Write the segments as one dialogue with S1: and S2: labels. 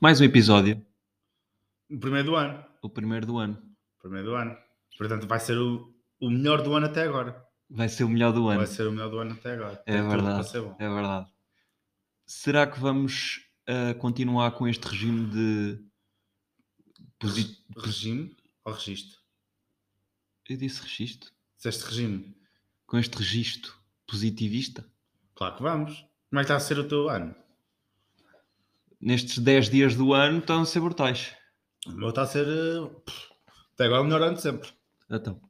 S1: Mais um episódio,
S2: O primeiro do ano.
S1: o primeiro do ano.
S2: O primeiro do ano. Portanto, vai ser o, o melhor do ano até agora.
S1: Vai ser o melhor do ano.
S2: Vai ser o melhor do ano até agora.
S1: É
S2: Tem tudo
S1: verdade.
S2: para ser bom.
S1: É verdade. Será que vamos ah, continuar com este regime de. posi-
S2: Regime ou registro?
S1: Eu disse registro?
S2: Dizeste regime?
S1: Com este registro positivista?
S2: Claro que vamos. Como é que está a ser o teu ano?
S1: Nestes 10 dias do ano estão a ser brutais.
S2: O meu está a ser. eh, pff, Até agora é o melhor ano de sempre.
S1: Então,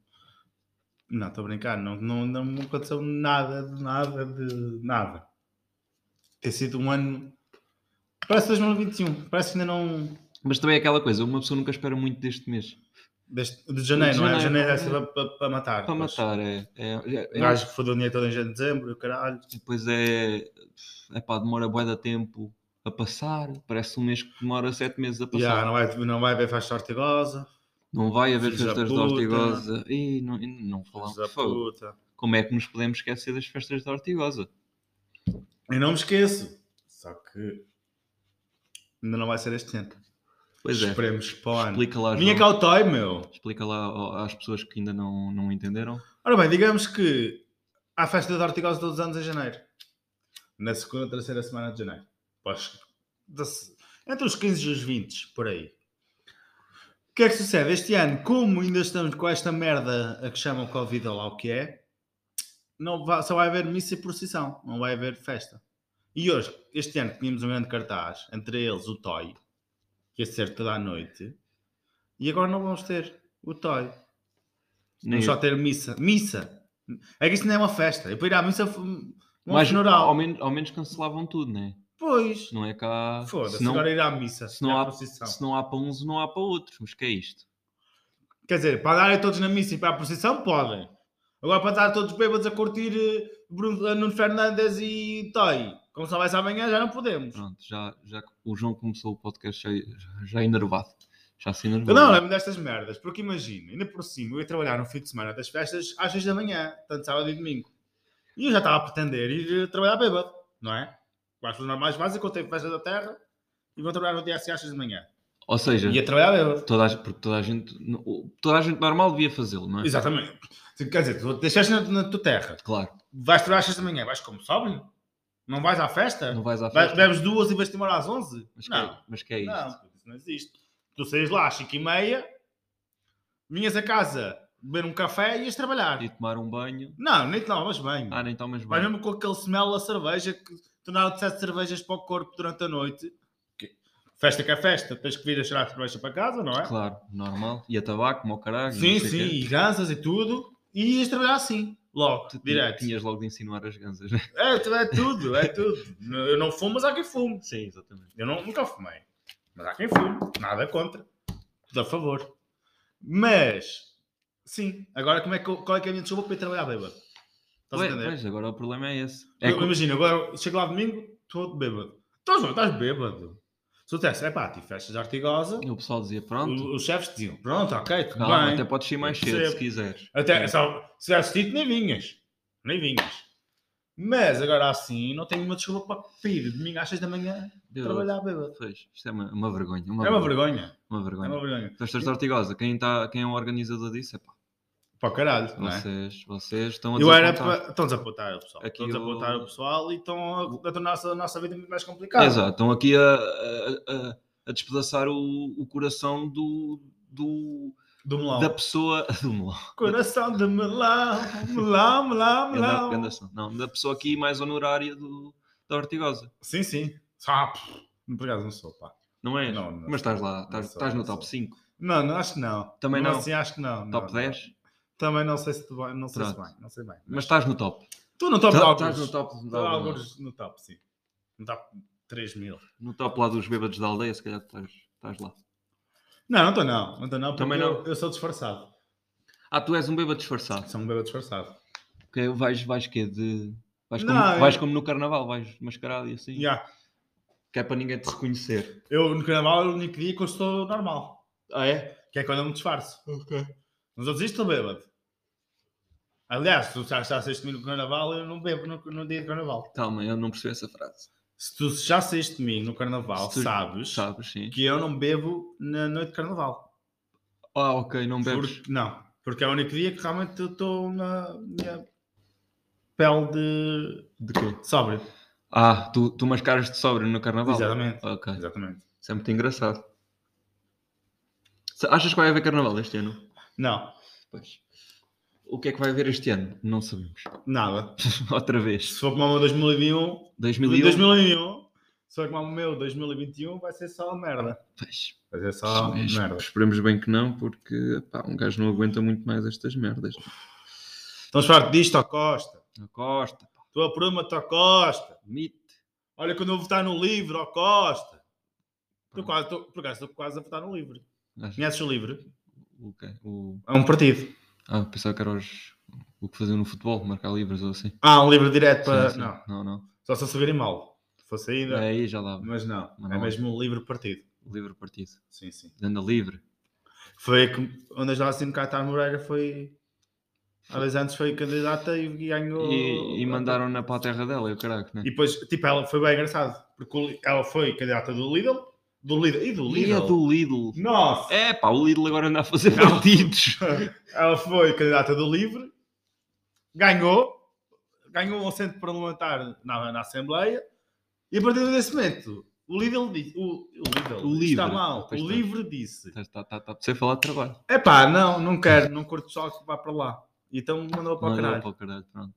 S2: Não, estou a brincar. Não, não, não me aconteceu nada, de nada, de nada. Tem sido um ano. Parece 2021. Parece que ainda não.
S1: mas também é aquela coisa, uma pessoa nunca espera muito deste mês.
S2: Deste, de janeiro,
S1: De
S2: não é?
S1: janeiro,
S2: Janeiro
S1: é.
S2: deve ser para, para, para matar.
S1: Para
S2: Ah, pois.
S1: matar, é. é, é-
S2: O Um gajo foi do dinheiro todo em janeiro, dezembro, e caralho.
S1: Depois é. É pá, demora bué da tempo a passar. Parece um mês que demora 7 meses a passar.
S2: Já, não, vai, não vai haver festa ortigosa.
S1: Não vai haver
S2: Filhos da
S1: festas de
S2: puta.
S1: Ortigosa. Ih, não, e não falamos.
S2: filhos da
S1: Fogo.
S2: puta.
S1: Como é que nos podemos esquecer das festas de Ortigosa?
S2: Eu não me esqueço. Só que ainda não vai ser este ano.
S1: Pois é.
S2: Esperemos para o ano.
S1: Explica lá,
S2: Minha
S1: João.
S2: cautói, meu.
S1: Explica lá ao- às pessoas que ainda não, não entenderam.
S2: Ora bem, digamos que há festa de Ortigosa todos os anos em janeiro. Na segunda ou terceira semana de janeiro. Pós- da- entre os 15 e os 20, por aí. O que é que sucede? Este ano, como ainda estamos com esta merda a que chamam Covid ou lá o que é, não vai- só vai haver missa e procissão, não vai haver festa. E hoje, este ano, tínhamos um grande cartaz, entre eles o Toy, que ia ser toda a noite, e agora não vamos ter o Toy.
S1: Nem
S2: Vamos só
S1: eu.
S2: ter missa. Missa! É que isto não é uma festa. Eu para ir à missa foi um
S1: Mas
S2: funeral.
S1: ao menos, ao menos cancelavam tudo, né?
S2: Pois.
S1: Não é cá.
S2: Foda-se,
S1: Se não,
S2: agora ir à missa.
S1: se não
S2: é a
S1: há-
S2: procissão.
S1: se não há para uns, não há para outros. Mas que é isto?
S2: Quer dizer, para andarem todos na missa e para a procissão, podem. Agora para estar todos bêbados a curtir eh, Bruno, eh, Nuno Fernandes e Toy. Como só vai ser amanhã, já não podemos.
S1: Pronto, já, já que o João começou o podcast já, já- já enervado. Já se enervou.
S2: Eu não é- lembro destas merdas, porque imagina, ainda por cima, eu ia trabalhar no fim de semana das festas às 6 da manhã, tanto sábado e domingo. E eu já estava a pretender ir eh, trabalhar bêbado, não é? Com as pessoas normais fazem, quando tem festa da terra, e vão trabalhar no dia a seguir às 6 da manhã.
S1: Ou seja,
S2: Ia trabalhar bêbado.
S1: toda a, porque toda a gente. Toda a gente normal devia fazê-lo, não é?
S2: Exatamente. Quer dizer, tu deixaste na, na tua terra,
S1: Claro.
S2: vais trabalhar às 6 da manhã, vais como? Sobe? Não vais à festa?
S1: Não vais à
S2: Vai-
S1: festa.
S2: Bebes duas e vais-te embora às 11?
S1: Mas,
S2: não.
S1: Que, é- mas que é isto?
S2: Não, puto, isso não existe. Tu saís lá às 5 e meia, vinhas a casa beber um café e ias trabalhar.
S1: E tomar um banho.
S2: Não, nem te lavas bem.
S1: Ah, nem tomas
S2: Mas
S1: banho.
S2: mesmo com aquele smell da cerveja que tu não de sete cervejas para o corpo durante a noite. Que- Festa que é festa, tens que vir a cheirar a cerveja para casa, não é?
S1: Claro, normal. E a tabaco, mau caralho.
S2: sim,
S1: não sei
S2: sim,
S1: quê.
S2: e ganzas e tudo. E ias trabalhar assim, logo,
S1: Tu tinha-
S2: direto.
S1: Tinhas logo de insinuar as ganzas, né?
S2: É, tu- é tudo, é tudo. Eu não fumo, mas há quem fume.
S1: Sim, exatamente.
S2: Eu não- nunca fumei. Mas há quem fume. Nada contra. Tudo a favor. Mas, sim. Agora, como é que, eu- qual é que é a minha desculpa para ir trabalhar bêbado? Estás a
S1: Pois,
S2: entender?
S1: pois, agora o problema é esse. É
S2: Eu-
S1: que-
S2: Imagina, agora chego lá domingo, estou bêbado. Estás bêbado, estás bêbado. Se eu dissesse, é pá, tive festas artigosa,
S1: o pessoal dizia, pronto,
S2: os chefes diziam, pronto, ok, tudo
S1: calma,
S2: bem.
S1: até podes ir mais
S2: Eu
S1: cedo se
S2: percebo.
S1: quiseres.
S2: Até, só, se tivesse tido, nem vinhas. Nem vinhas. Mas agora assim, não tenho uma desculpa para ir domingo às 6 da manhã
S1: Bêbado.
S2: trabalhar bêbado.
S1: Pois, isto é uma, uma vergonha. Uma
S2: É uma
S1: vergonha.
S2: vergonha.
S1: Uma
S2: É
S1: vergonha.
S2: uma vergonha.
S1: Festas de Ortigosa, quem, tá, quem é o organizador disso? Epá,
S2: Para o caralho, não é?
S1: vocês, vocês estão a
S2: Eu era
S1: desapontar.
S2: para. Estão-nos a apontar o pessoal.
S1: Aqui
S2: Estão-nos a
S1: o-
S2: apontar o pessoal e estão a, a tornar a nossa vida muito mais complicada.
S1: Exato, estão aqui a, a, a- a despedaçar o, o coração do, do-
S2: Do melão.
S1: da pessoa. Do melão.
S2: Coração de melão, melão,
S1: Ganda-
S2: melão, melão.
S1: ganda ação. Não, da pessoa aqui mais honorária do, da Ortigosa.
S2: Sim, sim. Ah, pff, por acaso não sou, pá.
S1: Não é?
S2: Não, não.
S1: Mas estás lá, estás,
S2: Não sou,
S1: estás no
S2: não
S1: top
S2: sou.
S1: 5,
S2: Não, não, acho que não.
S1: Também
S2: Mesmo
S1: não.
S2: Assim, acho que não.
S1: top
S2: não,
S1: 10,
S2: não. Também não sei se tu vai- não sei se
S1: Pronto.
S2: bem. Não sei bem.
S1: mas estás no top.
S2: Tu no top de
S1: Tá-
S2: alguns.
S1: estás no top de
S2: Tu
S1: alguma-
S2: alguns no top, sim. No top 3 mil.
S1: no top lá dos bêbados da aldeia, se calhar estás, estás lá.
S2: Não, não estou não. Não estou não, porque
S1: Também não.
S2: Eu, eu sou disfarçado.
S1: Ah, tu és um bêbado disfarçado.
S2: Sou um bebê disfarçado.
S1: Que é, vais, vais quê? De... Vais, como,
S2: Não, eu-
S1: vais como no carnaval, vais mascarado e assim.
S2: Yeah.
S1: Que é para ninguém te reconhecer.
S2: Eu no carnaval é o único dia que eu estou normal.
S1: Ah, é?
S2: Que é quando eu me disfarço. Nos outros dias estou bêbado. Aliás, tu já estás a assistir no carnaval, eu não bebo no, no dia de carnaval.
S1: Calma, eu não percebi essa frase.
S2: Se tu já saíste comigo no carnaval,
S1: Se tu-
S2: sabes
S1: Sabes, sim.
S2: que eu não bebo na noite de carnaval.
S1: Ah, ok, não bebes.
S2: Porque- não, porque é o único dia que realmente eu estou na minha pele de
S1: De quê?
S2: sóbrio.
S1: Ah, tu, tu mascaras de sobra no carnaval?
S2: Exatamente.
S1: Ok.
S2: Exatamente.
S1: Isso é muito engraçado. Se- Achas que vai haver carnaval este ano?
S2: Não,
S1: Pois. O que é que vai haver este ano? Não sabemos.
S2: nada.
S1: Outra vez.
S2: Se for como o meu 2021,
S1: 2001.
S2: 2001, se for como o meu 2021, vai ser só merda.
S1: Pois.
S2: Vai ser só
S1: Mas
S2: Tá, merda.
S1: Esperemos bem que não, porque pá, um gajo não aguenta muito mais estas merdas.
S2: Estamos farto disto, Então, ó Costa.
S1: A Costa, pá,
S2: Tu apruma-te, ó Costa.
S1: mite.
S2: Olha quando eu votar no livro, ó Costa. Tu
S1: Pronto.
S2: quase, tu, por acaso, estou quase a votar no livro.
S1: Gajo-
S2: Conheces o livro?
S1: O quê? O...
S2: É um partido.
S1: Ah, pensava que era os... o que faziam no futebol, marcar livros ou assim.
S2: Ah, um livro direto para.
S1: Sim, sim.
S2: Não,
S1: não, não.
S2: só se eu subirem mal. Se fosse ainda.
S1: É aí já lá,
S2: Mas não,
S1: Mas
S2: é
S1: não.
S2: mesmo um livre partido.
S1: livre partido.
S2: Sim, sim.
S1: Anda livre.
S2: Foi que onde a Joacim Catar Moreira foi. Há dois anos foi candidata e ganhou.
S1: E, e mandaram-na para a terra dela, e o caraca, né?
S2: Oh, E depois, tipo, ela foi bem engraçado. Porque o Li- ela foi candidata do Lidl. Do Lidl. E do
S1: E
S2: Lidl.
S1: a do Lidl.
S2: Nossa!
S1: É pá, o Lidl agora anda a fazer
S2: Não.
S1: partidos.
S2: Ela foi candidata do Livre. Ganhou. Ganhou um assento parlamentar na, na Assembleia. E a partir desse momento, o Lidl disse. O, o Lidl.
S1: O
S2: isto Está
S1: Livre.
S2: mal.
S1: Pois
S2: o
S1: está.
S2: Livre disse.
S1: Tá, tá, tá, tá. Sem falar de trabalho.
S2: É pá, não, não quero, não curto pessoal que vá para lá. Então mandou para o
S1: Mandou
S2: caralho.
S1: é para o caralho, pronto.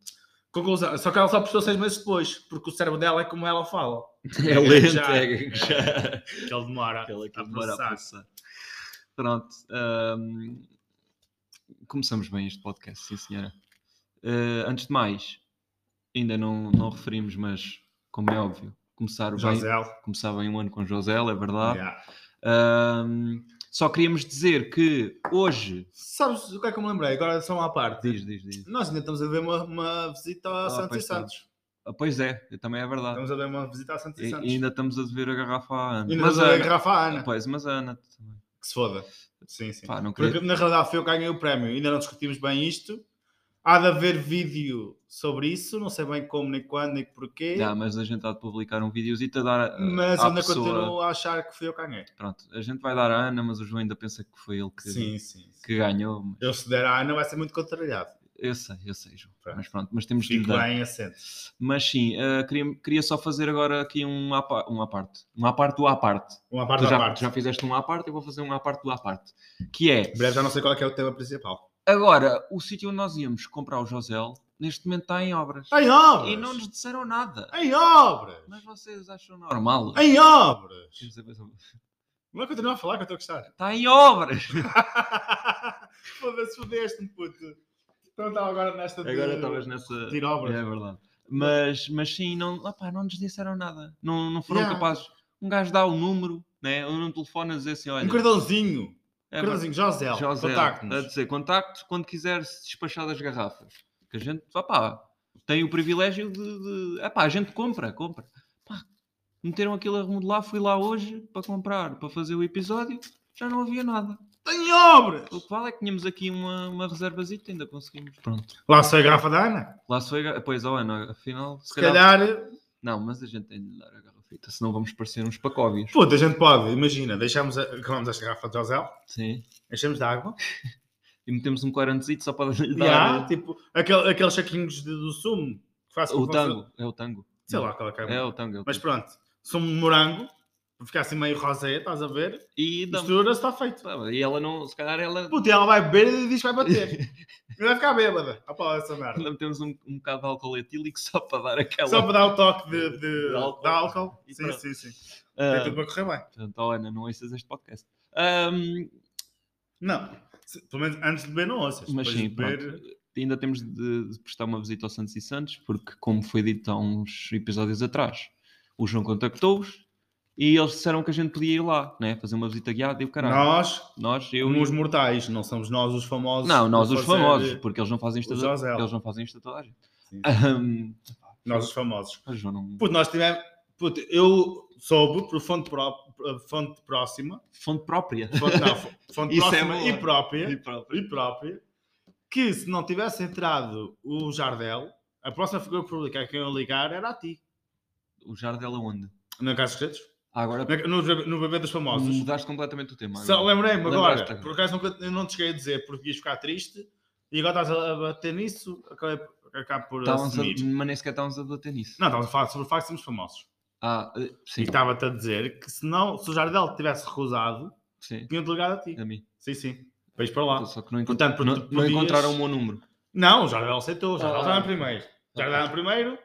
S2: Conclusão, só que ela só postou seis meses depois, porque o cérebro dela é como ela fala.
S1: É lento,
S2: Já.
S1: é. já.
S2: Que ele demora
S1: Aquela que
S2: a
S1: demora a
S2: processar.
S1: processar. Pronto. hum, começamos bem este podcast, sim senhora. Eh, antes de mais, ainda não, não referimos, mas como é óbvio, começar bem,
S2: José.
S1: começar bem um ano com José, é verdade.
S2: Yeah.
S1: Hum, só queríamos dizer que hoje.
S2: Sabes o que é que eu me lembrei? Agora só uma parte.
S1: Diz, diz, diz.
S2: Nós ainda estamos a ver uma, uma visita a
S1: Ah,
S2: Santos
S1: pois
S2: e Santos.
S1: Ah, Pois é, também é verdade.
S2: Estamos a ver uma visita a Santos e,
S1: E,
S2: Santos.
S1: ainda estamos a dever a garrafa à Ana.
S2: Ainda
S1: mas
S2: estamos a ver a
S1: Ana-
S2: garrafa à Ana.
S1: Pois, mas a Ana também.
S2: Que se foda. Sim, sim.
S1: Pá, não queria-
S2: Porque na realidade foi eu que ganhei o prémio. Ainda não discutimos bem isto. Há de haver vídeo sobre isso. Não sei bem como, nem quando, nem porquê.
S1: Já, mas a gente há de publicar um videozito a dar uh,
S2: Mas
S1: à
S2: ainda
S1: pessoa.
S2: continuo a achar que fui eu que ganhei.
S1: Pronto, a gente vai dar à Ana, mas o João ainda pensa que foi ele que,
S2: Sim, sim. sim.
S1: que ganhou. mas-
S2: Eu se der à Ana vai ser muito contrariado.
S1: Eu sei, eu sei, João.
S2: Pronto.
S1: Mas pronto, mas temos de lhe
S2: Fico
S1: dar.
S2: bem assente.
S1: Mas sim, uh, queria, queria só fazer agora aqui um à, pa- um à parte. Um à parte do à parte.
S2: Uma parte
S1: tu já,
S2: à parte.
S1: já fizeste um à parte, eu vou fazer um à parte do à parte. Que é,
S2: Em breve já não sei qual é, que é o tema principal.
S1: agora, o sítio onde nós íamos comprar o Josel, neste momento está em obras.
S2: Em obras!
S1: E não nos disseram nada.
S2: Em obras!
S1: Mas vocês acham normal?
S2: Em obras!
S1: Está
S2: Não é continuar a falar que eu estou a gostar.
S1: Tá em obras!
S2: Foda-se, fodeste-me, puto. Então estava agora nesta de...
S1: Agora estavas nessa.
S2: de ir obras.
S1: É verdade. Mas, mas sim, não, opá, não nos disseram nada. Não, não foram
S2: Yeah.
S1: capazes. Um gajo dá o número, né? ou num telefone a dizer assim: olha,
S2: Um cartãozinho.
S1: é
S2: um cartãozinho. José,
S1: verdade, José, a
S2: contacte-nos.
S1: dizer contacto quando quiser se despachar das garrafas. Que a gente, opá, tem o privilégio de. de opá, a gente compra, compra. Pá, meteram aquilo a remodelar, fui lá hoje para comprar, para fazer o episódio, já não havia nada.
S2: Em obras!
S1: O que vale é que tínhamos aqui uma, uma reservazita, ainda conseguimos. Pronto.
S2: Lá só a garrafa da Ana.
S1: Lá se foi. a- Pois, ó, Ana, afinal,
S2: Se calhar...
S1: Não, mas a gente tem de lhe dar a garrafita, senão vamos parecer uns pacóvios.
S2: Puto, a gente pode, imagina, deixamos a... acabamos esta garrafa de José,
S1: Sim.
S2: enchemos de água.
S1: E metemos um quarantezito só para lhe dar
S2: Yeah, tipo, aquele, aqueles saquinhos de- do sumo que faz com
S1: o
S2: que-
S1: tango. É o tango.
S2: Sei lá qual é que é.
S1: É o tango. é o
S2: Mas
S1: tango.
S2: pronto, sumo de morango, para ficar assim meio rosé, estás a ver?
S1: E damos.
S2: Mistura, está feito.
S1: E ela não, se calhar ela.
S2: Puta, e ela vai beber e diz que vai bater. E vai ficar bêbada. Ah, pá, essa merda.
S1: Ainda metemos um, um bocado de álcool etílico só para dar aquela.
S2: Só para dar o toque de, de,
S1: É, De álcool.
S2: de álcool.
S1: E
S2: Sim,
S1: pronto.
S2: sim, sim. Tem
S1: Ah,
S2: tudo para correr bem.
S1: portanto, ó, Ana, não ouças este podcast. Ahm,
S2: Não, se- pelo menos antes de beber não ouças.
S1: mas
S2: Depois
S1: sim,
S2: de beber-
S1: pronto. Ainda temos de, de prestar uma visita ao Santos e Santos, porque, como foi dito há uns episódios atrás, o João contactou-os e eles disseram que a gente podia ir lá, né? fazer uma visita guiada e o caralho.
S2: Nós,
S1: Nós, eu
S2: como
S1: e
S2: os mortais, não somos nós os famosos.
S1: Não, nós
S2: por
S1: os
S2: fazer-
S1: famosos, porque eles não fazem isto
S2: o
S1: a-
S2: José.
S1: eles não fazem isto a toda a gente.
S2: Sim,
S1: Ahm,
S2: Nós os famosos.
S1: mas João, não-
S2: Puto, nós tivemos... Puto, eu soube por fonte, pró- fonte próxima,
S1: fonte própria.
S2: fonte, não, fonte
S1: Isso é
S2: próxima
S1: boa.
S2: e própria,
S1: E própria.
S2: e própria, que se não tivesse entrado o Jardel, a próxima figura pública a quem eu ligar era a ti.
S1: o Jardel aonde?
S2: Na Casa dos Segredos?
S1: Ah, agora
S2: Na- No, bebê- no Bebê dos Famosos.
S1: mudaste completamente o tema.
S2: Só
S1: agora.
S2: Lembrei-me
S1: Lembraste
S2: agora,
S1: agora.
S2: por acaso nunca, eu não te cheguei a dizer porque ias ficar triste e agora estás a bater nisso, acabei, acabo por
S1: Estávamos a,
S2: assumir.
S1: mas nem sequer estávamos a debater nisso.
S2: Não, estávamos a falar sobre o facto de sermos famosos.
S1: Ah, eh,
S2: E
S1: sim,
S2: estava-te a dizer que se não, se o Jardel te tivesse recusado,
S1: sim,
S2: tinha-te ligado a ti.
S1: a mim.
S2: Sim, sim. Vejo para lá.
S1: Só que não, encont-
S2: Portanto, porque
S1: não,
S2: tu
S1: não
S2: podias-
S1: encontraram o meu número.
S2: Não, o Jardel aceitou, o Jardel
S1: Ah.
S2: estava em primeiro. O Jardel em primeiro,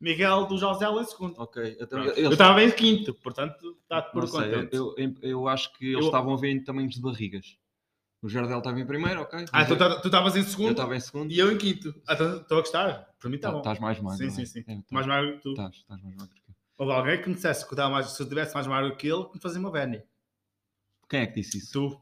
S2: Miguel do Jardel em segundo.
S1: Ok, então
S2: Pronto. Eu
S1: eles-
S2: estava em quinto, portanto está-te
S1: não
S2: por
S1: sei, eu-
S2: contente.
S1: eu, eu, eu acho que eles
S2: Eu-
S1: estavam a ver em tamanhos de barrigas. O Jardel estava em primeiro, ok.
S2: Ah,
S1: Mas
S2: tu
S1: eu-
S2: tá- tu estavas em
S1: eu
S2: segundo
S1: estava em segundo.
S2: e eu em quinto. Ah, Estou a gostar. Para mim está
S1: Tá-
S2: bom.
S1: Estás mais magro.
S2: Sim,
S1: não é?
S2: sim, sim.
S1: É,
S2: Mais magro que tu.
S1: Estás, estás mais magro que eu.
S2: Houve alguém que me dissesse que eu tava mais, se eu tivesse mais magro que ele, que me fazia uma vénia.
S1: Quem é que disse isso?
S2: Tu.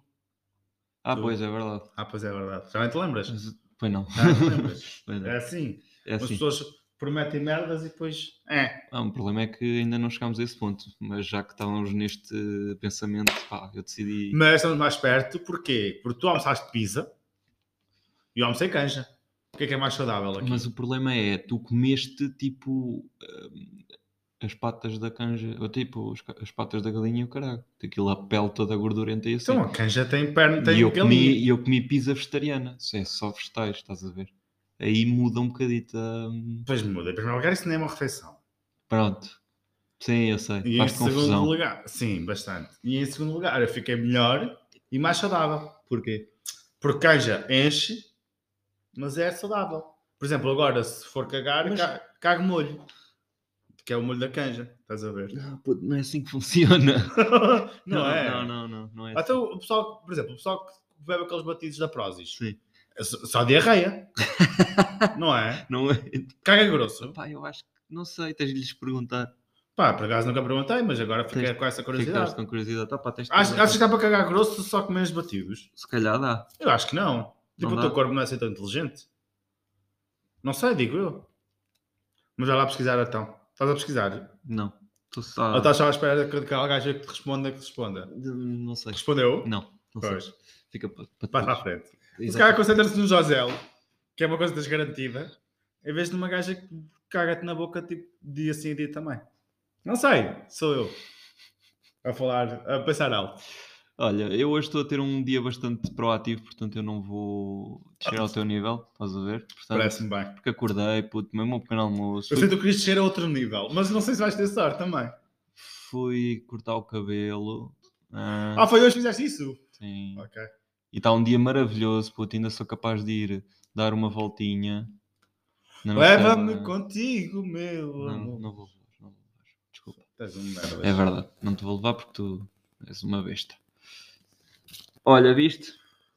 S1: Ah,
S2: tu.
S1: pois é verdade.
S2: Ah, pois é verdade. Já nem te lembras.
S1: Mas- Pois não.
S2: Já nem te lembras.
S1: Pois não.
S2: É assim.
S1: Hum. É
S2: As
S1: assim.
S2: pessoas prometem merdas e depois. É.
S1: Ah, o problema é que ainda não chegámos a esse ponto, mas já que estávamos neste pensamento, pá, eu decidi.
S2: Mas estamos mais perto, porquê? Porque tu almoçaste pizza e eu almocei canja. O que é que é mais saudável aqui?
S1: Mas o problema é, tu comeste tipo hum, as patas da canja, ou tipo os ca- as patas da galinha e o caralho, aquilo a pele toda gordurenta e assim.
S2: Então a canja tem perna, tem
S1: e eu
S2: galinha.
S1: comi, e eu comi pizza vegetariana, Isso é só vegetais, estás a ver? Aí muda um bocadito. hum,
S2: Depois muda. Em primeiro lugar, isso nem é uma refeição.
S1: Pronto. Sim, eu sei.
S2: E em
S1: Faz confusão.
S2: segundo lugar, sim, bastante. E em segundo lugar, eu fiquei melhor e mais saudável. Porquê? Porque canja enche, mas é saudável. Por exemplo, agora, se for cagar,
S1: Mas-
S2: ca- cago molho. Que é o molho da canja, estás a ver?
S1: Não, puto, não é assim que funciona.
S2: não, é?
S1: Não,
S2: Então-
S1: não, não, não é.
S2: Até o pessoal, por exemplo, o pessoal que bebe aqueles batidos da Prozis.
S1: Sim.
S2: É só, só diarreia. não é?
S1: Não é.
S2: Caga grosso.
S1: Pá, eu acho que não sei, tens de lhes perguntar. é
S2: Pá, por acaso nunca perguntei, mas agora fiquei
S1: Tens-
S2: com essa curiosidade.
S1: Ficaste com curiosidade. Tá, pá, tens de
S2: Acho,
S1: perguntar.
S2: acho que dá para cagar grosso se só comer os batidos.
S1: Se calhar dá.
S2: Eu acho que não. Tipo,
S1: Não
S2: o
S1: dá.
S2: teu corpo não é assim tão inteligente. Não sei, digo eu. Mas vai lá pesquisar então. Estás a pesquisar?
S1: Não. Estou só.
S2: Ou estás só à espera que aquele gajo que te responda que te responda?
S1: De- Não sei.
S2: Respondeu?
S1: Não. Não
S2: Pois.
S1: sei. Fica para
S2: Vai para a frente. Se calhar concentra-se no Josel, que é uma coisa desgarantida, em vez de uma gaja que caga-te na boca tipo dia sim e dia também. Não sei, sou eu. A falar, a pensar alto.
S1: Olha, eu hoje estou a ter um dia bastante proativo, portanto eu não vou descer ao teu nível, estás a ver? Portanto,
S2: Parece-me bem.
S1: Porque acordei, puto, mesmo ao pequeno almoço.
S2: Eu sei que tu querias descer a outro nível, mas não sei se vais ter sorte também.
S1: Fui cortar o cabelo. Ah,
S2: Ah, foi hoje que fizeste isso?
S1: sim.
S2: Ok.
S1: E está um dia maravilhoso, puto. Ainda sou capaz de ir dar uma voltinha. na
S2: Leva-me
S1: Mercedes.
S2: contigo, meu
S1: Não,
S2: amor.
S1: não vou levar, não vou levar. Desculpa.
S2: Estás um merda.
S1: É verdade, não te vou levar porque tu és uma besta. Olha, viste?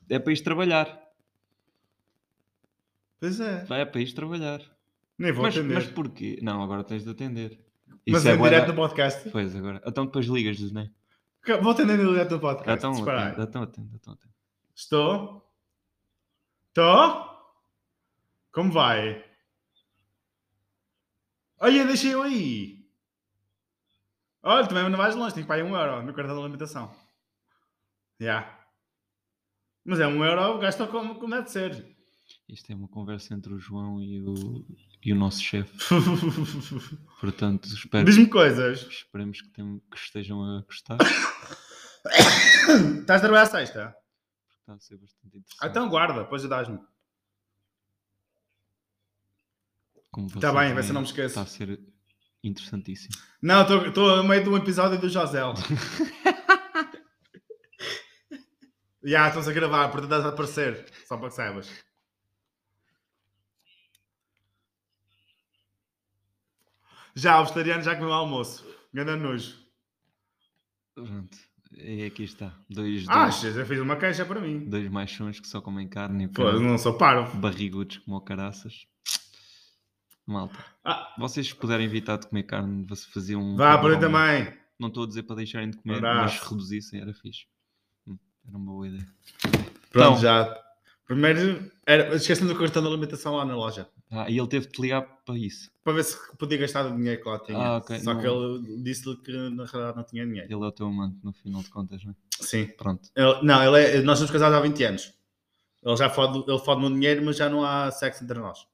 S1: É para ir trabalhar.
S2: Pois é.
S1: Vai, é para ir trabalhar.
S2: Nem vou
S1: Mas,
S2: atender.
S1: mas
S2: Mas,
S1: porquê? Não, agora tens de atender.
S2: é,
S1: bué da-
S2: direto no podcast.
S1: Pois, agora. Então depois ligas-lhes, não é?
S2: Vou atender direto no podcast.
S1: Então
S2: Espera aí.
S1: atende, então atende, então atende.
S2: Estou? Estou? Como vai? Olha, deixei eu aí. Olha, também não vais longe, tenho que pagar um euro no cartão de alimentação. Já. Mas é um euro, gasta como, como deve ser.
S1: Isto é uma conversa entre o João e o, e o nosso chefe. Portanto, espero,
S2: Diz-me coisas.
S1: esperemos que, tem- que estejam a gostar.
S2: Estás a trabalhar à sexta?
S1: Está a ser bastante interessante.
S2: Ah, Então guarda, depois ajudas-me.
S1: como
S2: Tá
S1: vocês
S2: bem, vai ser,
S1: veem,
S2: não me esqueço.
S1: Está a ser interessantíssimo.
S2: Não, estou a meio de um episódio do Josel. Já, estamos a gravar, portanto estás a aparecer, só para que saibas. Já, o vegetariano já comeu o almoço. Ganda nojo.
S1: Pronto, e aqui está. Dois, dois,
S2: Achas? Eu Ah, fiz uma queixa para mim.
S1: dois machões que só comem carne e
S2: Pô, eu
S1: pão,
S2: não sou parvo.
S1: barrigudos como o caraças. Malta,
S2: Ah.
S1: vocês se puderem evitar de comer carne, você fazia um.
S2: Vá, por aí
S1: programa.
S2: também.
S1: Não estou a dizer para deixarem de comer,
S2: Abraço.
S1: mas reduzissem, era fixe. Hum, Era uma boa ideia.
S2: Pronto,
S1: Então.
S2: já. Primeiro, era, esqueci-me do cartão de alimentação lá na loja.
S1: Ah, e ele teve de te ligar para isso.
S2: Para ver se podia gastar o dinheiro que lá tinha.
S1: Ah, ok,
S2: Só
S1: não.
S2: que ele disse-lhe que na realidade não tinha dinheiro.
S1: Ele é o teu amante, no final de contas, não é?
S2: Sim.
S1: Pronto.
S2: Ele- não, ele é- nós somos casados há 20 anos. Ele já fode, ele fode no dinheiro, mas já não há sexo entre nós.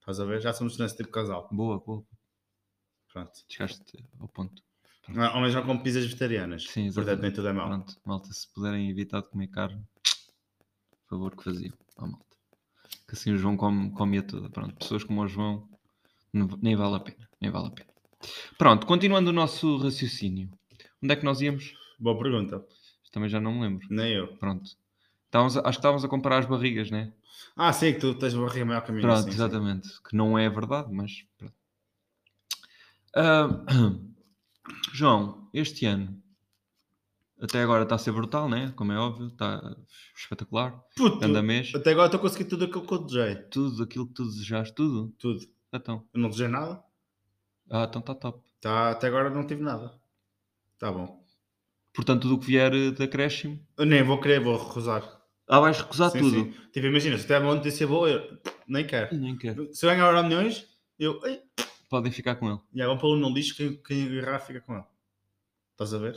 S2: Estás a ver? Já somos nesse tipo de casal.
S1: Boa, boa.
S2: Pronto.
S1: Chegaste ao ponto.
S2: Não, Homens não comem pizzas vegetarianas.
S1: Sim,
S2: Portanto, nem
S1: exatamente.
S2: tudo é mau.
S1: Pronto, malta, se puderem evitar de comer carne, por favor, que faziam. à malta. Que assim o João come, comia toda. Pronto, pessoas como o João, não va- nem vale a pena. Nem vale a pena. Pronto, continuando o nosso raciocínio. Onde é que nós íamos?
S2: Boa pergunta.
S1: Também já não me lembro.
S2: Nem eu.
S1: Pronto. Estávamos a- acho que estávamos a comparar as barrigas, né?
S2: Ah, sim, que tu tens uma barriga maior que a minha.
S1: Pronto,
S2: sim, sim.
S1: exatamente. Que não é verdade, mas pronto. Ah, João, este ano até agora está a ser brutal, né? Como é óbvio, está espetacular.
S2: Puto,
S1: Anda mês,
S2: até agora estou a conseguir tudo aquilo que eu desejei.
S1: tudo aquilo que tu desejaste, tudo.
S2: Tudo.
S1: Então,
S2: Eu não desejei nada.
S1: ah, então está top.
S2: Tá, até agora não tive nada. Tá bom.
S1: Portanto, tudo o que vier eh, de acréscimo,
S2: Eu nem vou querer, vou recusar.
S1: ah, vais recusar
S2: Sim,
S1: tudo.
S2: sim. Tipo, imagina, se tiver uma notícia boa, eu nem quero.
S1: Nem quero.
S2: Se eu ganhar euro milhões, eu. Ei,
S1: Podem ficar com ele.
S2: e agora pô-lo no lixo, quem, quem agarrar fica com ele. Estás a ver?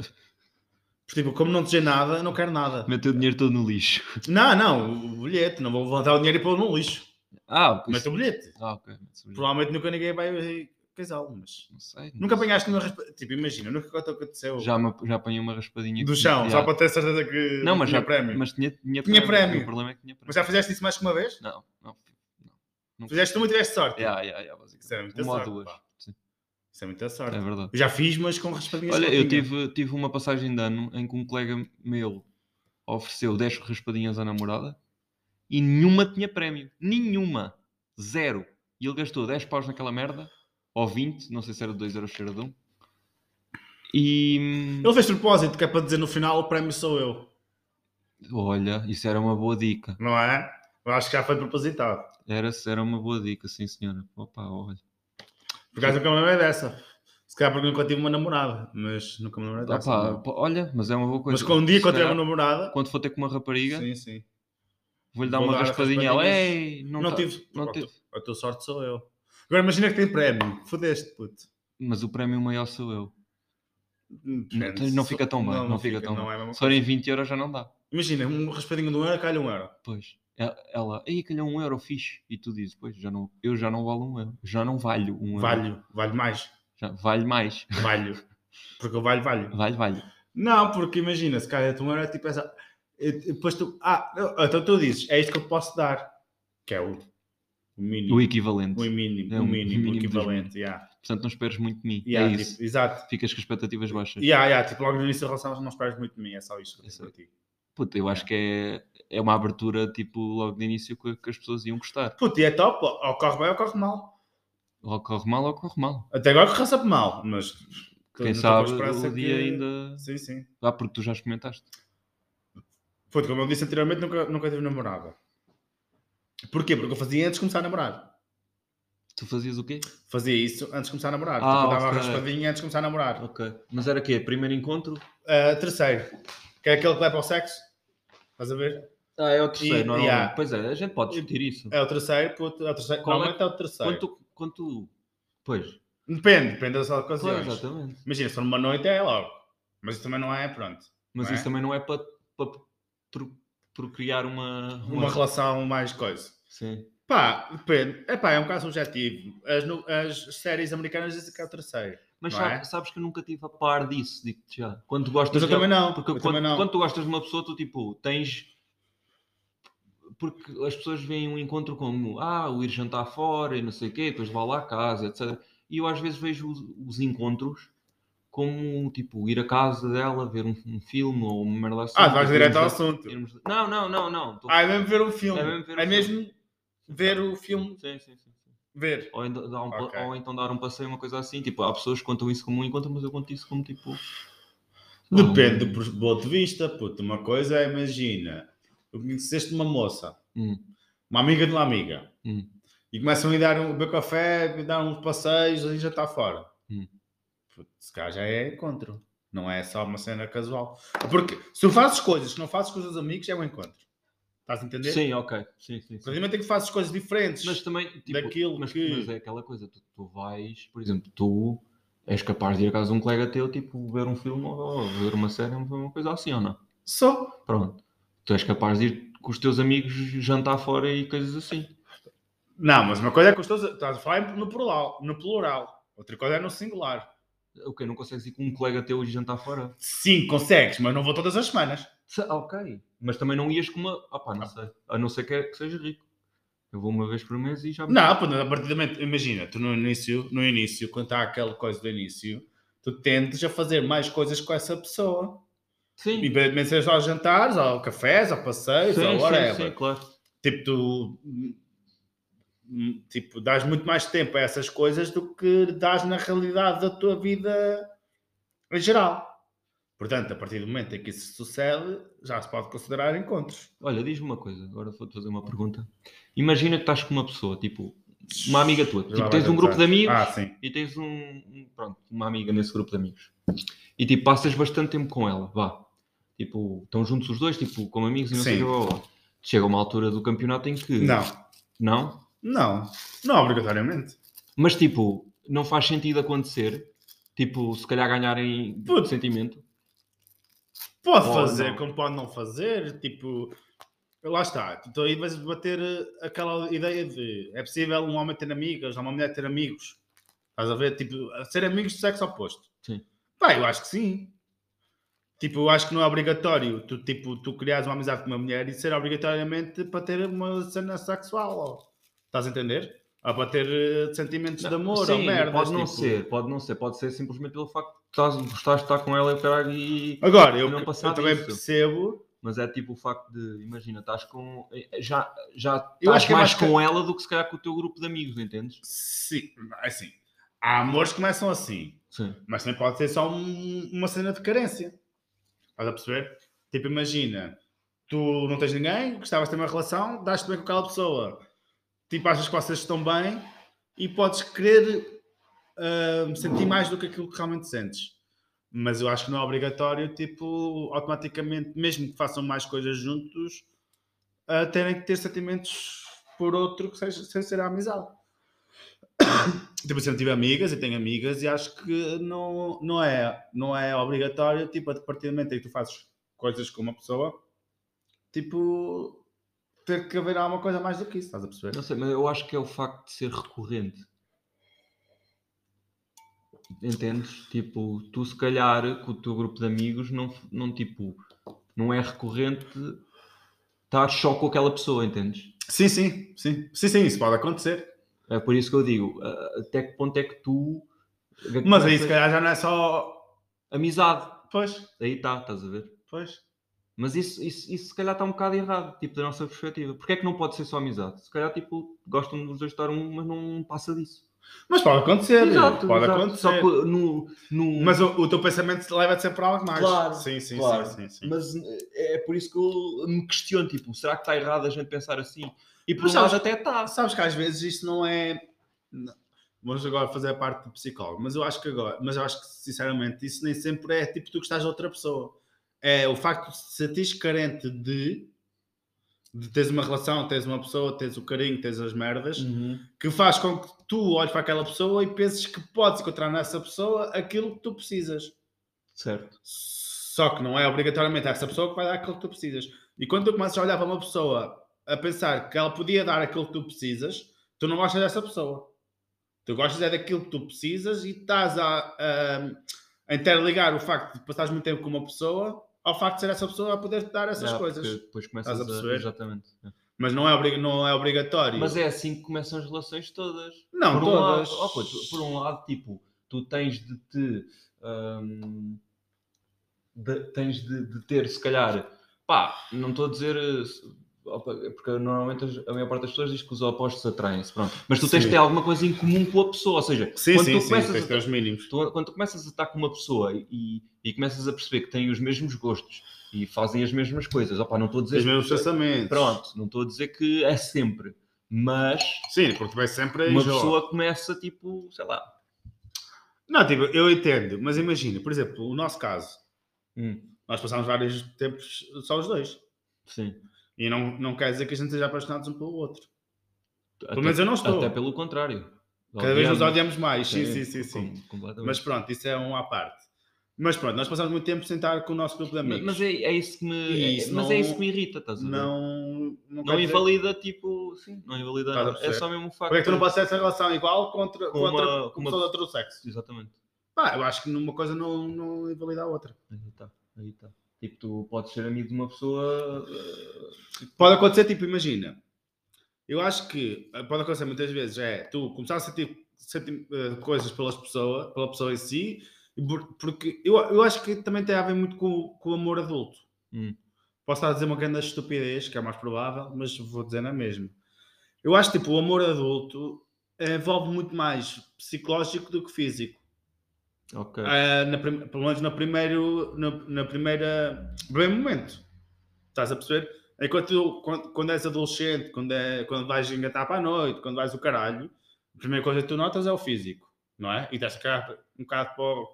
S2: Porque, tipo, como não desejei nada, eu não quero nada.
S1: Mete o dinheiro todo no lixo.
S2: Não, não, o bilhete, não vou levantar o dinheiro e pô-lo no lixo.
S1: Ah, isso-
S2: Mete um o bilhete.
S1: ah ok. Mas-
S2: Provavelmente nunca ninguém vai casá-lo, mas.
S1: Não sei. não
S2: Nunca
S1: sei.
S2: apanhaste nenhuma raspa. Tipo, imagina, nunca que aconteceu
S1: Já, me, já apanhei uma raspadinha.
S2: do
S1: que-
S2: chão,
S1: Já.
S2: só para ter certeza que
S1: Não, mas
S2: tinha
S1: já,
S2: prémio. Mas...
S1: mas tinha, tinha,
S2: Tinha prémio.
S1: O problema é que tinha prémio.
S2: já fizeste isso mais que uma vez?
S1: Não, não. não. Nunca.
S2: Fizeste uma e tiveste sorte.
S1: Yeah, yeah, yeah, basicamente.
S2: Isso é muita
S1: Uma ou
S2: sorte,
S1: duas.
S2: pá.
S1: Sim,
S2: Isso é muita sorte.
S1: é verdade.
S2: Eu já fiz, mas com raspadinhas.
S1: Olha,
S2: que
S1: eu
S2: tinha.
S1: tive, tive uma passagem de ano em que um colega meu ofereceu 10 raspadinhas à namorada e nenhuma tinha prémio. Nenhuma. Zero. E ele gastou 10 paus naquela merda, ou 20, não sei se era de 2 euros, se era de 1. E.
S2: Ele fez propósito, que é para dizer no final o prémio sou eu,
S1: Olha, isso era uma boa dica.
S2: não é? Eu acho que já foi propositado.
S1: Era, era uma boa dica, sim senhora. Opa, olha.
S2: Por acaso nunca me lembrei dessa. Se calhar porque nunca tive uma namorada, mas nunca me lembrei dessa.
S1: Opa,
S2: não.
S1: Ah, pá, olha, mas é uma boa coisa.
S2: mas com um dia
S1: Se
S2: que eu tiver uma
S1: calhar,
S2: namorada.
S1: Quando for ter com uma rapariga,
S2: Sim, sim.
S1: vou-lhe dar
S2: Vou
S1: uma
S2: dar as
S1: raspadinha. Ela,
S2: raspadinhas.
S1: Ei, não,
S2: Não,
S1: tá-
S2: tive.
S1: não
S2: a,
S1: tive.
S2: tua, a tua sorte sou eu. Agora imagina que tem prémio. Fodeste, puto.
S1: Mas o prémio maior sou eu.
S2: Depende.
S1: não fica tão bem, não fica tão
S2: não é a mesma
S1: Se forem 20 euros já não dá.
S2: Imagina, um raspadinho de um euro calha um euro.
S1: Pois. Ela- Ela, aí calhou um euro fixe. E tu dizes, pois, já não, eu já não valo um euro. Já não valho um euro.
S2: Valho, valho mais.
S1: Já, valho mais.
S2: Valho. Porque eu valho, valho.
S1: Valho, valho.
S2: Não, porque imagina, se calhar um euro é tipo essa. e- e Depois tu. Ah, não, então tu dizes, é isto que eu posso dar. Que é o, o mínimo.
S1: O equivalente.
S2: O mínimo,
S1: É
S2: o
S1: um
S2: mínimo,
S1: mínimo
S2: o
S1: dos
S2: equivalente. Yeah.
S1: Portanto, não esperes muito de mim.
S2: Yeah,
S1: é
S2: tipo,
S1: isso.
S2: Exato.
S1: Ficas com expectativas baixas.
S2: Yeah, yeah, tipo, logo no início da relação não esperas muito de mim, é só isto que eu
S1: É
S2: tenho
S1: só-
S2: para ti.
S1: Puta, eu acho que é, é uma abertura, tipo, logo de início que, que as pessoas iam gostar.
S2: Puta, e é top, ou ou corre bem ou corre mal.
S1: Ou corre mal ou corre mal.
S2: Até agora correu sempre mal, mas.
S1: Quem
S2: estou com a
S1: sabe
S2: esperança
S1: o dia
S2: que-
S1: ainda.
S2: Sim, sim.
S1: Ah, porque tu já experimentaste.
S2: Puta, como eu disse anteriormente, nunca, nunca tive namorada. Porquê? Porque eu fazia antes de começar a namorar.
S1: Tu fazias o quê?
S2: Fazia isso antes de começar a namorar.
S1: Ah,
S2: tipo, eu dava
S1: ok.
S2: uma raspadinha antes de começar a namorar.
S1: Ok. Mas era quê? Primeiro encontro?
S2: Ah, terceiro, que é aquele que leva ao sexo. Estás a ver?
S1: Ah, é o terceiro,
S2: E-
S1: normalmente.
S2: yeah.
S1: Pois é, a gente pode discutir isso.
S2: É o terceiro, puto, é o terceiro.
S1: Qual é-
S2: Normalmente é o terceiro.
S1: Quando tu, quando tu- Pois.
S2: Depende, depende das
S1: Claro,
S2: ocasiões.
S1: exatamente.
S2: Imagina, se for numa noite é logo. Mas isso também não é, pronto.
S1: Mas
S2: Não é?
S1: isso também não é para pro, procriar uma...
S2: Uma relação mais coisa.
S1: Sim.
S2: Pá, depende. É pá, é um bocado subjetivo. As, no- as séries americanas dizem que é o terceiro.
S1: Mas
S2: Não
S1: sabe-
S2: é?
S1: sabes, que eu nunca estive a par disso, digo-te já. Quando tu gostas
S2: Mas eu
S1: de-
S2: também não.
S1: Porque
S2: eu
S1: quando,
S2: também não.
S1: quando tu gostas de uma pessoa, tu tipo, tens. Porque as pessoas veem um encontro como ah, o ir jantar fora e não sei o quê, depois vá lá à casa, etc. E eu às vezes vejo os, os encontros como tipo ir à casa dela, ver um, um filme ou uma merda assim.
S2: Ah, vais
S1: tipo,
S2: direto ao
S1: irmos-
S2: assunto.
S1: irmos- Não, não, não, não. tô-
S2: Ah, é mesmo ver um filme.
S1: É mesmo ver um
S2: É
S1: filme.
S2: mesmo ver o filme.
S1: Sim, sim, sim. sim.
S2: Ver.
S1: Ou, ainda dar um pa-
S2: Ok.
S1: ou então dar um passeio, uma coisa assim. Tipo, há pessoas que contam isso como um encontro, mas eu conto isso como tipo. Hum. um
S2: Depende do ponto de vista, puto. Uma coisa é, imagina, tu conheceste uma moça,
S1: Hum,
S2: uma amiga de uma amiga,
S1: Hum.
S2: e começam a ir dar um, beber café, a dar uns passeios e já está fora.
S1: Hum.
S2: Puto, se calhar já é encontro. Não é só uma cena casual. Porque se tu fazes coisas que não fazes com os teus amigos, é um encontro. Estás a entender?
S1: Sim, ok. Sim, sim, sim.
S2: A partir do momento em que fazes coisas diferentes.
S1: Mas também, tipo,
S2: daquilo
S1: mas,
S2: que-
S1: mas é aquela coisa, tu, tu vais, por exemplo, tu és capaz de ir a casa de um colega teu, tipo, ver um filme ou ver uma série, uma coisa assim, ou não?
S2: Só.
S1: Pronto. Tu és capaz de ir com os teus amigos jantar fora e coisas assim.
S2: Não, mas uma coisa é que os teus. Estás a falar no plural. No plural. Outra coisa é no singular.
S1: O quê? Não consegues ir com um colega teu e jantar fora?
S2: Sim, consegues, mas não vou todas as semanas.
S1: Se- ah, ok. Mas também não ias com uma. Ah, pá, não sei. A não ser que, é, que seja rico. Eu vou uma vez por mês e já.
S2: Não, pô, a partir do momento, imagina, tu no início, no início, quando há aquela coisa do início, tu tendes a fazer mais coisas com essa pessoa.
S1: Sim.
S2: Independentemente se é aos jantares, ou cafés, ou passeios,
S1: sim,
S2: ou whatever.
S1: sim, sim, claro.
S2: Tipo, tu hum, tipo, dás muito mais tempo a essas coisas do que dás na realidade da tua vida em geral. Portanto, a partir do momento em que isso sucede, já se pode considerar encontros.
S1: Olha, diz-me uma coisa, agora vou-te fazer uma pergunta. Imagina que estás com uma pessoa, tipo, uma amiga tua.
S2: Já
S1: Tipo,
S2: vai
S1: tens um grupo de
S2: dançar.
S1: amigos
S2: Ah, sim.
S1: e tens um, um- Pronto, uma amiga nesse grupo de amigos. E tipo, passas bastante tempo com ela, vá. Tipo, estão juntos os dois, tipo, como amigos e não sei o
S2: Sim.
S1: que, blá, blá, blá. Chega uma altura do campeonato em que.
S2: Não,
S1: Não?
S2: não, não obrigatoriamente.
S1: Mas tipo, não faz sentido acontecer. Tipo, se calhar ganharem
S2: Puto.
S1: sentimento.
S2: Pode
S1: Ou
S2: fazer,
S1: não.
S2: como pode não fazer, tipo, lá está. Então aí vais bater eh, aquela ideia de é possível um homem ter amigas, ou uma mulher ter amigos. Estás a ver? Tipo, a ser amigos do sexo oposto.
S1: Sim.
S2: Pá, eu acho que sim. Tipo, eu acho que não é obrigatório tu, tipo, tu criares uma amizade com uma mulher e ser obrigatoriamente para ter uma cena sexual. Ou... Estás a entender? Ou para ter eh, sentimentos de amor
S1: Sim,
S2: ou merda. tipo.
S1: pode não ser, pode não ser, pode ser simplesmente pelo facto de estás, gostares de estar com ela e o caralho e.
S2: Agora, eu,
S1: Não
S2: eu
S1: passar
S2: também
S1: disso.
S2: percebo
S1: Mas é tipo o facto de, imagina, estás com. eh, Já, já estás
S2: Eu acho que é
S1: mais
S2: mais que-
S1: com ela do que se calhar com o teu grupo de amigos, entendes?
S2: Sim, assim. Há amores que começam assim,
S1: Sim.
S2: mas também pode ser só um- uma cena de carência. Estás a perceber? Tipo, imagina, tu não tens ninguém, gostavas de ter uma relação, dás-te bem com aquela pessoa. Tipo, achas que vocês estão bem e podes querer ah, sentir mais do que aquilo que realmente sentes. Mas eu acho que não é obrigatório, tipo, automaticamente, mesmo que façam mais coisas juntos, ah, terem que ter sentimentos por outro que seja, sem ser a amizade. Tipo, eu sempre tive amigas e tenho amigas e acho que não, não, é, não é obrigatório, tipo, a partir do momento em que tu fazes coisas com uma pessoa, tipo, ter que haver alguma coisa mais do que isso, estás a perceber?
S1: Não sei, mas eu acho que é o facto de ser recorrente. Entendes? Tipo, tu se calhar com o teu grupo de amigos não, f- não tipo. Não é recorrente estar só com aquela pessoa, entendes?
S2: Sim, sim, sim. Sim, sim, isso pode acontecer.
S1: É por isso que eu digo, a- até que ponto é que tu.
S2: Mas aí se calhar já não é só.
S1: Amizade.
S2: Pois,
S1: Aí está, estás a ver?
S2: pois.
S1: Mas isso, isso, isso se calhar está um bocado errado, tipo, da nossa perspectiva. Porque é que não pode ser só amizade? Se calhar, tipo, gostam dos dois estar um, mas não passa disso.
S2: Mas pode acontecer. pode
S1: Só
S2: acontecer.
S1: que no... no...
S2: Mas o, o teu pensamento leva-te sempre a algo mais.
S1: Claro,
S2: Sim, sim,
S1: claro.
S2: sim, sim, sim.
S1: mas, eh, é por isso que eu me questiono, tipo, será que está errado a gente pensar assim? E por
S2: Mas
S1: um
S2: sabes-
S1: lado até está.
S2: Sabes que às vezes isso não é. não. Vamos agora fazer a parte do psicólogo, mas eu acho que agora, mas eu acho que sinceramente isso nem sempre é tipo tu gostas de outra pessoa. É o facto de se sentires carente de, de teres uma relação, teres uma pessoa, teres o carinho, teres as merdas,
S1: Uhum.
S2: que faz com que tu olhes para aquela pessoa e penses que podes encontrar nessa pessoa aquilo que tu precisas.
S1: Certo.
S2: Só que não é obrigatoriamente essa pessoa que vai dar aquilo que tu precisas. E quando tu começas a olhar para uma pessoa a pensar que ela podia dar aquilo que tu precisas, tu não gostas dessa pessoa. Tu gostas é daquilo que tu precisas e estás a, a- a interligar o facto de passares muito tempo com uma pessoa ao facto de ser essa pessoa a poder-te dar essas
S1: É,
S2: coisas.
S1: porque Depois começas
S2: Estás a
S1: a...
S2: perceber?
S1: Exatamente. É.
S2: Mas não é, obri- não é obrigatório.
S1: Mas é assim que começam as relações todas.
S2: Não,
S1: por, um
S2: todas.
S1: lado, oh, pô, tu- por um lado, tipo, tu tens de te. hum, de- tens de, de ter, se calhar. Pá, não estou a dizer. eh, se- opa, Porque normalmente as- a maior parte das pessoas diz que os opostos atraem-se, pronto. Mas tu tens
S2: Sim.
S1: de ter alguma coisa em comum com a pessoa, ou seja,
S2: Sim,
S1: quando,
S2: sim,
S1: tu
S2: sim,
S1: começas
S2: tens
S1: a,
S2: de ter os mínimos.
S1: tu- quando tu começas a estar com uma pessoa e, e começas a perceber que têm os mesmos gostos e fazem as mesmas coisas, opá, não estou a dizer.
S2: Tens os mesmos pensamentos.
S1: Pronto, não estou a dizer que é sempre, mas
S2: Sim, porque tu vais sempre
S1: uma
S2: enjoar.
S1: pessoa começa tipo, sei lá.
S2: Não, tipo, eu entendo, mas imagina, por exemplo, o nosso caso,
S1: hum,
S2: nós passámos vários tempos só os dois.
S1: sim.
S2: E não, não quer dizer que a gente esteja apaixonados um pelo outro.
S1: Até,
S2: Pelo menos eu não estou.
S1: até pelo contrário.
S2: Cada vez nos
S1: Odiamos.
S2: odiamos mais. Sim, sim, sim, sim.
S1: Com- completamente.
S2: Mas pronto, isso é um à parte. Mas pronto, nós passamos muito tempo sem estar com o nosso grupo de
S1: Mas,
S2: amigos.
S1: mas é, é isso que me,
S2: E
S1: é-
S2: isso
S1: mas
S2: não-
S1: é isso que me irrita, estás a ver?
S2: não,
S1: Não
S2: quer dizer-
S1: invalida, tipo, sim, não invalida
S2: Estás a
S1: nada. É
S2: perceber?
S1: só mesmo um facto.
S2: Porque é que tu não podes ter essa relação igual contra,
S1: Com
S2: contra
S1: uma-
S2: com
S1: com uma-
S2: pessoa de outro sexo?
S1: Exatamente.
S2: Pá, eu acho que numa coisa não, não invalida a outra.
S1: Aí está, aí está. Tipo, tu podes ser amigo de uma pessoa. eh,
S2: Pode acontecer, tipo, imagina. Eu acho que eh, pode acontecer muitas vezes é tu começar a sentir, sentir, eh, coisas pelas pessoa, pela pessoa em si, e por- porque eu, eu acho que também tem a ver muito com, o- com o amor adulto.
S1: Hum.
S2: Posso estar a dizer uma grande estupidez, que é mais provável, mas vou dizer na mesma. Eu acho que tipo, o amor adulto eh, envolve muito mais psicológico do que físico.
S1: Ok.
S2: Ah, na prim- pelo menos na, primeiro, na, na primeira primeiro momento. Estás a perceber? Enquanto tu- quando, quando és adolescente, quando, é, quando vais engatar para a noite, quando vais o caralho, a primeira coisa que tu notas é o físico, não é? E estás a cagar um bocado para, o-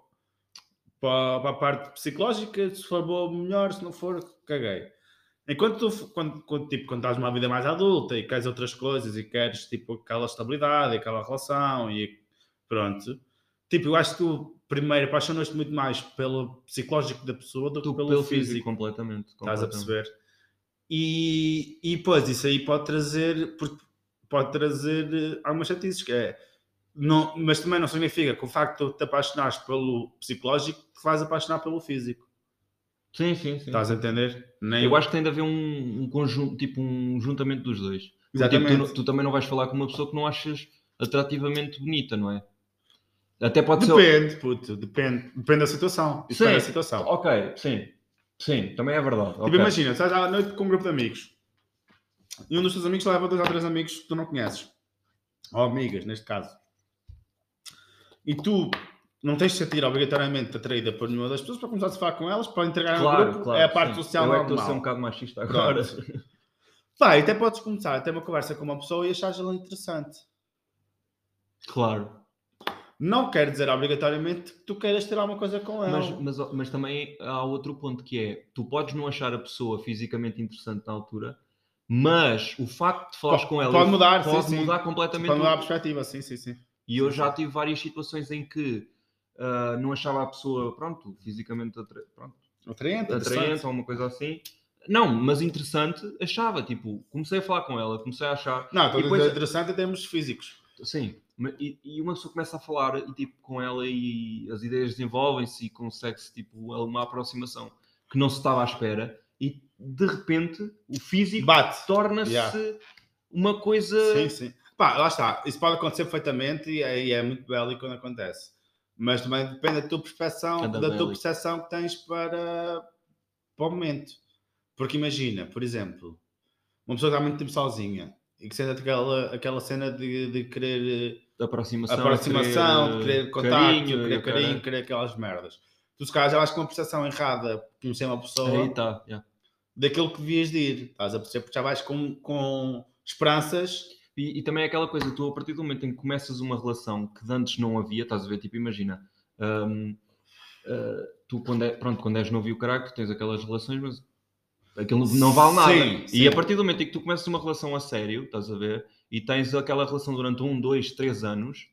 S2: para, para a parte psicológica, se for boa, melhor, se não for, caguei. Enquanto tu, f- quando, quando, tipo, quando estás numa vida mais adulta e queres outras coisas e queres tipo, aquela estabilidade, aquela relação e pronto, tipo, eu acho que tu primeiro apaixonas-te muito mais pelo psicológico da pessoa do que
S1: Tu,
S2: é pelo, físico.
S1: completamente.
S2: Estás a
S1: completamente.
S2: perceber? E, e pois, isso aí pode trazer, porque pode trazer eh, algumas chatices, que é. Não, mas também não significa que o facto de te apaixonares pelo psicológico te faz apaixonar pelo físico.
S1: Sim, sim, sim.
S2: Estás a entender? Nem
S1: Eu acho que tem de haver um, um conjunto, tipo, um juntamento dos dois. Porque, tipo,
S2: Exatamente.
S1: tu, não- tu também não vais falar com uma pessoa que não achas atrativamente bonita, não é? Até pode ser.
S2: Depende, puto, depende. Depende da situação. Isso
S1: Sim.
S2: Depende da situação.
S1: Ok, sim. Sim, também é verdade.
S2: Tipo,
S1: ok.
S2: imagina, estás à noite com um grupo de amigos e um dos teus amigos leva dois ou três amigos que tu não conheces, ou amigas, neste caso, e tu não tens de sentir obrigatoriamente atraída por nenhuma das pessoas para começar a falar com elas, para entregar no
S1: Claro,
S2: grupo,
S1: claro.
S2: é a parte
S1: sim.
S2: social
S1: Eu é que estou a
S2: normal.
S1: ser um bocado machista agora.
S2: Pá, e até podes começar a ter uma conversa com uma pessoa e achares ela interessante.
S1: Claro.
S2: Não quer dizer obrigatoriamente que tu queiras ter alguma coisa com ela.
S1: Mas, mas, mas também há outro ponto que é: tu podes não achar a pessoa fisicamente interessante na altura, mas o facto de falares
S2: Pode-
S1: com ela
S2: pode mudar,
S1: pode
S2: sim, sim.
S1: mudar completamente
S2: para
S1: o-
S2: mudar a perspectiva, sim, sim, sim.
S1: E eu
S2: Sim,
S1: já tive várias situações em que ah, não achava a pessoa, pronto, fisicamente atra- pronto,
S2: Atraente,
S1: atraente
S2: interessante.
S1: ou uma coisa assim. Não, mas interessante, achava. Tipo, comecei a falar com ela, comecei a achar.
S2: Não, estou a
S1: E depois- é-
S2: dizer interessante em termos físicos.
S1: Sim, ma- e, e uma pessoa começa a falar e, tipo, com ela e as ideias desenvolvem-se e consegue-se, tipo, uma aproximação que não se estava à espera e, de repente, o físico
S2: Bate.
S1: torna-se
S2: Yeah.
S1: uma coisa...
S2: Sim, sim. Pá, lá está. Isso pode acontecer perfeitamente e é, e é muito belo quando acontece. Mas também depende da tua percepção,
S1: Cada
S2: da tua
S1: bélico.
S2: percepção que tens para, para o momento. Porque imagina, por exemplo, uma pessoa que está muito tempo sozinha e que sente aquela, aquela cena de, de querer eh,
S1: de aproximação, de
S2: aproximação, de querer contato, de
S1: carinho, e
S2: querer
S1: o caralho.
S2: carinho, de querer aquelas merdas. Tu se calhar já vais com uma percepção errada de conhecer uma pessoa
S1: Aí está, yeah.
S2: daquilo que devias de ir. Estás a perceber? Porque já vais com, com esperanças
S1: E, e também é aquela coisa, tu a partir do momento em que começas uma relação que de antes não havia, estás a ver, tipo, imagina, hum, ah, tu quando, é, pronto, quando és novo e o caralho, tu tens aquelas relações, mas aquilo não vale nada.
S2: Sim, sim.
S1: E a partir do momento em que tu começas uma relação a sério, estás a ver, e tens aquela relação durante um, dois, três anos,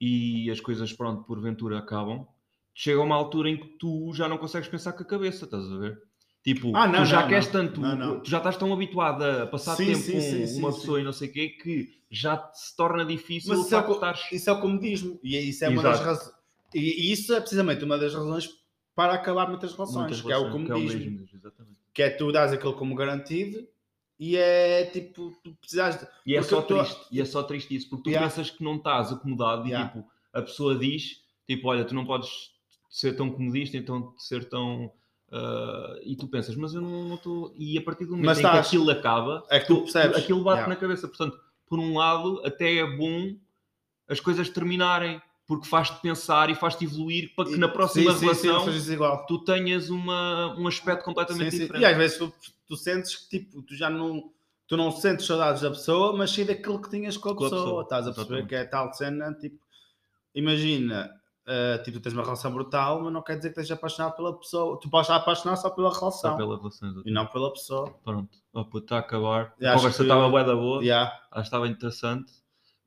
S1: e as coisas, pronto, porventura acabam, chega uma altura em que tu já não consegues pensar com a cabeça, estás a ver? Tipo,
S2: Ah, não,
S1: tu já
S2: não,
S1: queres
S2: não.
S1: tanto,
S2: Não, não.
S1: tu já estás tão habituado a passar
S2: Sim,
S1: tempo
S2: sim,
S1: com
S2: sim, sim,
S1: uma
S2: sim.
S1: pessoa e não sei o quê, que já te se torna difícil
S2: Mas
S1: o
S2: isso é
S1: facto de
S2: co-
S1: estares...
S2: Isso é o comodismo. E isso é uma das
S1: Exato.
S2: razões. E e isso é precisamente uma das razões para acabar muitas relações,
S1: muitas
S2: que é o
S1: relações, que
S2: comodismo. Que é,
S1: mesmo, exatamente.
S2: tu dás aquilo como garantido e é tipo, tu precisas de.
S1: E é
S2: Porque
S1: só
S2: eu tô-
S1: triste, e é só triste isso, porque tu
S2: Yeah.
S1: pensas que não estás acomodado e
S2: Yeah.
S1: tipo, a pessoa diz, tipo, olha, tu não podes ser tão comodista, então ser tão... ah, e tu pensas, mas eu não estou... E a partir do momento
S2: Mas
S1: em
S2: estás-
S1: que aquilo acaba,
S2: É que tu percebes.
S1: aquilo bate
S2: Yeah.
S1: na cabeça. Portanto, por um lado, até é bom as coisas terminarem, porque faz-te pensar e faz-te evoluir para que na próxima
S2: sim, sim, sim,
S1: relação
S2: não sejas desigual.
S1: tu tenhas uma, um aspecto completamente
S2: Sim, sim.
S1: diferente.
S2: E às vezes tu, tu sentes que tipo, tu já não. Tu não sentes saudades da pessoa, mas sim daquilo que tinhas com a,
S1: Com a
S2: pessoa.
S1: pessoa,
S2: Estás a perceber
S1: exatamente.
S2: que é tal cena, tipo, imagina, ah, tipo, tu tens uma relação brutal, mas não quer dizer que estejas apaixonado pela pessoa. Tu podes estar apaixonado só pela relação.
S1: Só pela relação. exata.
S2: e não pela pessoa.
S1: Pronto, oh, puto, está a acabar.
S2: Eu
S1: a
S2: acho
S1: conversa
S2: que-
S1: estava bué da boa,
S2: Yeah.
S1: acho que estava interessante,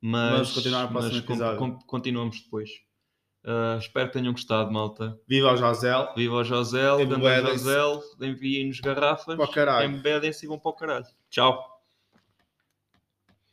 S1: mas,
S2: Vamos continuar no próximo
S1: mas com-
S2: episódio.
S1: com- continuamos depois. Ah, espero que tenham gostado, malta.
S2: Viva o Josel.
S1: Viva o Josel, grande
S2: Embebedem-se.
S1: Josel, enviem-nos garrafas,
S2: Para o caralho.
S1: embedem-se e vão para o caralho. Tchau.